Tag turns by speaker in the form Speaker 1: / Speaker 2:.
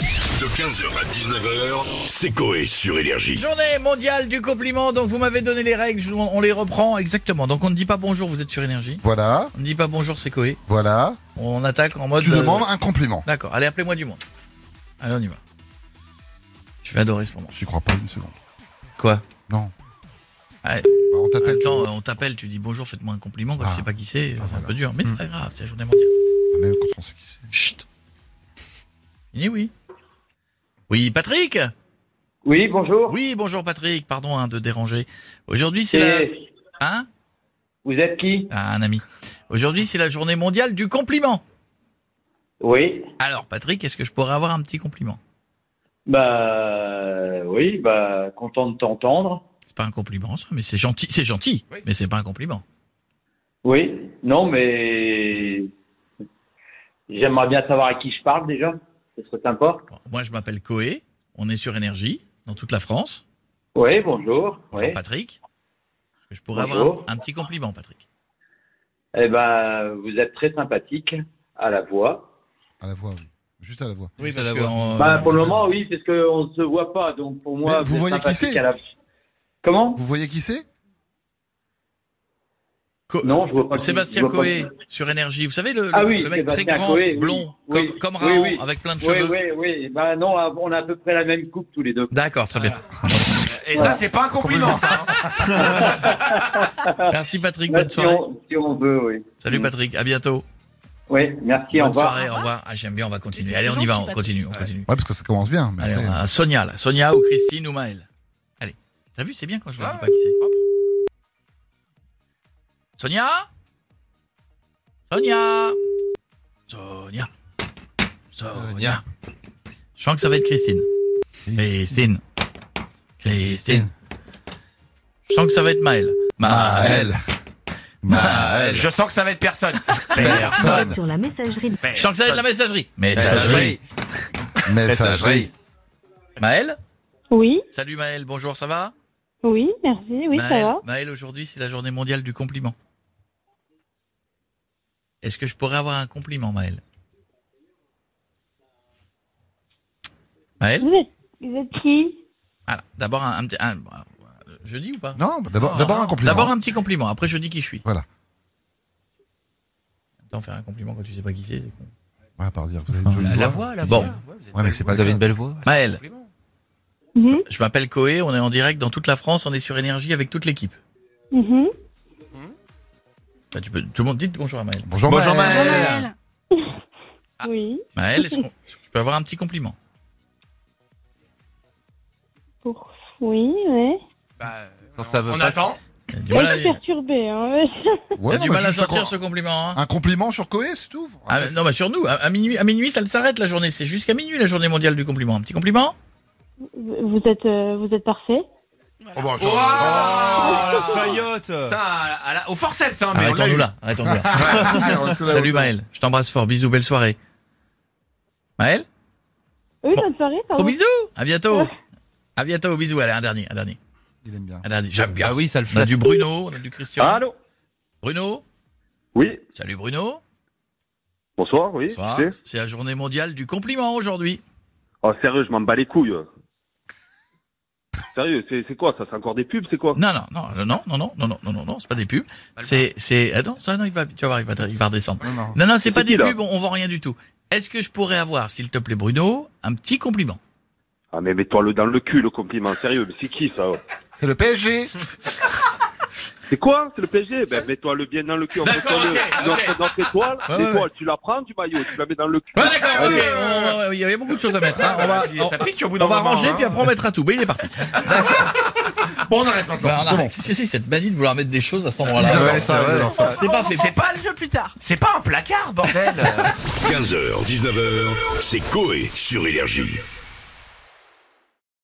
Speaker 1: De 15h à 19h, c'est Coé sur Énergie.
Speaker 2: Journée mondiale du compliment, donc vous m'avez donné les règles, je- on les reprend exactement. Donc on ne dit pas bonjour, vous êtes sur énergie.
Speaker 3: Voilà,
Speaker 2: On ne dit pas bonjour, c'est Coé.
Speaker 3: voilà.
Speaker 2: On attaque en mode.
Speaker 3: Tu
Speaker 2: euh,
Speaker 3: demandes un compliment.
Speaker 2: D'accord, allez, appelez-moi du monde. Allez, on y va. Je vais adorer ce moment.
Speaker 3: J'y crois pas une seconde.
Speaker 2: Quoi
Speaker 3: Non.
Speaker 2: Ouais.
Speaker 3: Bah, on t'appelle.
Speaker 2: Attends,
Speaker 3: tu-
Speaker 2: euh, on t'appelle, tu dis bonjour, faites-moi un compliment, quand
Speaker 3: Ah.
Speaker 2: tu sais pas qui c'est, c'est un
Speaker 3: voilà.
Speaker 2: peu dur. Mais c'est
Speaker 3: Mm.
Speaker 2: pas grave, c'est la journée mondiale.
Speaker 3: Ah, Même quand on sait qui c'est.
Speaker 2: Chut Eh oui. Oui, Patrick
Speaker 4: Oui, bonjour.
Speaker 2: Oui, bonjour Patrick, pardon hein, de déranger. Aujourd'hui, c'est la...
Speaker 4: C'est-
Speaker 2: Hein
Speaker 4: Vous êtes qui
Speaker 2: à un ami. Aujourd'hui, c'est la journée mondiale du compliment.
Speaker 4: Oui.
Speaker 2: Alors, Patrick, est-ce que je pourrais avoir un petit compliment
Speaker 4: Bah oui, bah content de t'entendre.
Speaker 2: C'est pas un compliment, ça, mais c'est gentil. C'est gentil, mais c'est pas un compliment.
Speaker 4: Oui. Non, mais j'aimerais bien savoir à qui je parle déjà. Ce serait sympa.
Speaker 2: Bon, moi, je m'appelle Coé. On est sur Énergie, dans toute la France.
Speaker 4: Oui, bonjour.
Speaker 2: Bonjour,
Speaker 4: Oui.
Speaker 2: Patrick. Est-ce que je pourrais avoir
Speaker 4: Bonjour.
Speaker 2: un, un petit compliment, Patrick
Speaker 4: Eh ben, vous êtes très sympathique à la voix.
Speaker 3: À la voix, oui. Juste à la voix.
Speaker 2: Oui, parce que en-
Speaker 4: Bah pour le moment, oui, parce qu'on ne se voit pas, donc pour moi.
Speaker 3: Mais vous
Speaker 4: êtes
Speaker 3: voyez qui
Speaker 4: sympathique
Speaker 3: c'est
Speaker 4: à la- Comment
Speaker 3: Vous voyez qui c'est
Speaker 2: Co-
Speaker 4: Non, je vois pas. qui- je
Speaker 2: Sébastien
Speaker 4: vois pas
Speaker 2: Coé
Speaker 4: qui-
Speaker 2: sur Énergie, vous savez, le, le-
Speaker 4: Ah oui,
Speaker 2: le mec
Speaker 4: Sébastien
Speaker 2: très grand,
Speaker 4: Coé, oui,
Speaker 2: blond,
Speaker 4: oui,
Speaker 2: comme, comme
Speaker 4: oui,
Speaker 2: Raon,
Speaker 4: oui.
Speaker 2: avec plein de
Speaker 4: Oui,
Speaker 2: cheveux.
Speaker 4: oui, oui. Bah non, on a à peu près la même coupe tous les deux.
Speaker 2: D'accord, très bien.
Speaker 5: Et ça, c'est pas un compliment, ça. hein.
Speaker 2: Merci, Patrick.
Speaker 4: Bah,
Speaker 2: Bonne
Speaker 4: si,
Speaker 2: soirée.
Speaker 4: on, si on veut, oui.
Speaker 2: Salut,
Speaker 4: Mm.
Speaker 2: Patrick. À bientôt.
Speaker 4: Oui, merci, au
Speaker 2: Bonne
Speaker 4: revoir.
Speaker 2: soirée, au revoir. Ah, j'aime bien, on va continuer.
Speaker 6: T'es
Speaker 2: Allez, on y
Speaker 6: gentil,
Speaker 2: va, on
Speaker 6: Patrick.
Speaker 2: continue, on continue.
Speaker 3: Ouais, parce que ça commence bien. Mais
Speaker 2: Allez,
Speaker 3: après-
Speaker 2: on a Sonia, là. Sonia ou Christine ou Maël. Allez. T'as vu, c'est bien quand je leur dis pas qui c'est. Sonia Sonia Sonia Sonia Je sens que ça va être Christine. Christine. Christine. Je sens que ça va être Maël. Maël.
Speaker 3: Maël. Maël.
Speaker 5: Je sens que ça va être personne.
Speaker 2: Personne.
Speaker 6: sur la messagerie
Speaker 2: Je sens que ça va être la messagerie. Messagerie.
Speaker 5: Messagerie.
Speaker 3: Messagerie.
Speaker 2: Maël
Speaker 7: Oui,
Speaker 2: Salut Maël, bonjour, ça va
Speaker 7: oui, merci, oui, ça
Speaker 2: Maël,
Speaker 7: va.
Speaker 2: Maël, aujourd'hui, c'est la journée mondiale du compliment. Est-ce que je pourrais avoir un compliment, Maël Maël
Speaker 7: Vous êtes, vous êtes qui
Speaker 2: Ah, D'abord, un, un petit- un- Je dis ou pas
Speaker 3: Non, bah, d'abord, d'abord un compliment.
Speaker 2: D'abord, un petit compliment. Après, je dis qui je suis.
Speaker 3: Voilà.
Speaker 2: Attends, faire un compliment quand tu sais pas qui c'est, c'est con.
Speaker 3: Ouais, par dire, vous avez une jolie
Speaker 5: euh, La
Speaker 3: voix.
Speaker 5: voix, la
Speaker 2: Bon.
Speaker 5: voix. Ouais, vous êtes
Speaker 3: Ouais, mais
Speaker 5: belle
Speaker 3: c'est
Speaker 5: voix.
Speaker 3: pas le cas.
Speaker 5: belle voix.
Speaker 2: Maël.
Speaker 5: C'est un compliment.
Speaker 7: Mhm,
Speaker 2: Je m'appelle Coé, on est en direct dans toute la France, on est sur Énergie avec toute l'équipe.
Speaker 7: mhm.
Speaker 2: Bah, tu peux, tout le monde dit bonjour à Maël.
Speaker 3: Bonjour,
Speaker 5: Bonjour,
Speaker 3: Maël.
Speaker 5: Maël.
Speaker 7: Oui,
Speaker 2: Maël, est-ce qu'on- est-ce que je peux avoir un petit compliment
Speaker 7: pour... oui, ouais.
Speaker 5: Bah,
Speaker 8: Quand ça veut
Speaker 5: on
Speaker 8: pas,
Speaker 5: attend.
Speaker 2: T'as du
Speaker 7: Je
Speaker 2: mal
Speaker 7: suis
Speaker 2: à,
Speaker 7: perturbée, hein.
Speaker 3: Ouais,
Speaker 2: t'as
Speaker 3: non,
Speaker 2: du
Speaker 3: mais
Speaker 2: mal à
Speaker 3: juste un
Speaker 2: sortir
Speaker 3: com-
Speaker 2: ce compliment, hein
Speaker 3: Un compliment sur Coé, c'est tout.
Speaker 2: Ah,
Speaker 3: Après,
Speaker 2: non, mais sur nous, à, à minuit, à minuit, ça le s'arrête la journée. C'est jusqu'à minuit la journée mondiale du compliment. Un petit compliment
Speaker 7: Vous êtes, euh, vous êtes parfait.
Speaker 3: oh, bah, ça-
Speaker 5: Wow.
Speaker 8: la faillotte
Speaker 5: Putain, à la- au forceps, hein, mais on l'a
Speaker 2: Arrêtons-nous
Speaker 5: eu.
Speaker 2: là. Arrêtons-nous là.
Speaker 3: Ouais, tout là,
Speaker 2: Salut
Speaker 3: ça-
Speaker 2: Maël, je t'embrasse fort. Bisous, belle soirée. Maël,
Speaker 7: Oui,
Speaker 2: Bon.
Speaker 7: bonne soirée,
Speaker 2: gros
Speaker 7: pardon.
Speaker 2: bisous. À bientôt. À bientôt, bisous. Allez, un dernier, un dernier.
Speaker 3: Il aime bien.
Speaker 2: Un dernier. J'aime bien.
Speaker 8: Ah oui, ça le
Speaker 2: On a
Speaker 8: flatte.
Speaker 2: du Bruno, on a du Christian.
Speaker 9: Allô
Speaker 2: Ah. Bruno,
Speaker 9: Oui,
Speaker 2: salut Bruno.
Speaker 9: bonsoir, oui.
Speaker 2: Bonsoir.
Speaker 9: écoutez.
Speaker 2: C'est la journée mondiale du compliment aujourd'hui.
Speaker 9: Oh, sérieux, je m'en bats les couilles. Sérieux, c'est c'est quoi ça C'est encore des pubs, c'est quoi
Speaker 2: Non, non, non, non, non, non, non, non, non, non, non, c'est pas des pubs. C'est, c'est, ah non, ça, non, il va, tu vas voir, il va, il va redescendre.
Speaker 3: Non, non.
Speaker 2: Non, non, c'est pas
Speaker 9: qui,
Speaker 2: des
Speaker 9: là
Speaker 2: pubs, on, on vend rien du tout. Est-ce que je pourrais avoir, s'il te plaît, Bruno, un petit compliment
Speaker 9: Ah, mais mets-toi le dans le cul, le compliment. Sérieux, mais c'est qui ça oh
Speaker 3: C'est le PSG.
Speaker 9: C'est quoi C'est le PSG Ben, mets-toi le bien dans le cul.
Speaker 2: D'accord,
Speaker 9: Mets-toi
Speaker 2: ok,
Speaker 9: le-
Speaker 2: ok.
Speaker 9: notre, notre étoile,
Speaker 2: Ouais, ouais,
Speaker 9: l'étoile, tu la prends du maillot, tu la mets dans le cul.
Speaker 2: Ouais, d'accord, ok.
Speaker 9: Allez.
Speaker 2: on- on- Il y avait beaucoup de choses à mettre.
Speaker 5: Ah,
Speaker 2: hein. On va,
Speaker 5: Et ça pique au bout
Speaker 2: on,
Speaker 5: d'un
Speaker 2: on va
Speaker 5: moment,
Speaker 2: ranger,
Speaker 5: hein.
Speaker 2: puis après on mettra tout. Mais il est parti.
Speaker 3: Bon, on arrête maintenant.
Speaker 2: Bah, on
Speaker 3: C'est
Speaker 2: a-
Speaker 3: bon.
Speaker 2: Qu'est-ce que c'est cette manie de vouloir mettre des choses à cet
Speaker 3: C'est
Speaker 2: endroit-là
Speaker 3: vrai, c'est vrai, non, ça-
Speaker 2: C'est pas, c'est
Speaker 5: C'est pas,
Speaker 6: le jeu plus tard.
Speaker 5: c'est pas un placard, bordel.
Speaker 1: 15h, 19h, c'est Coé sur Énergie.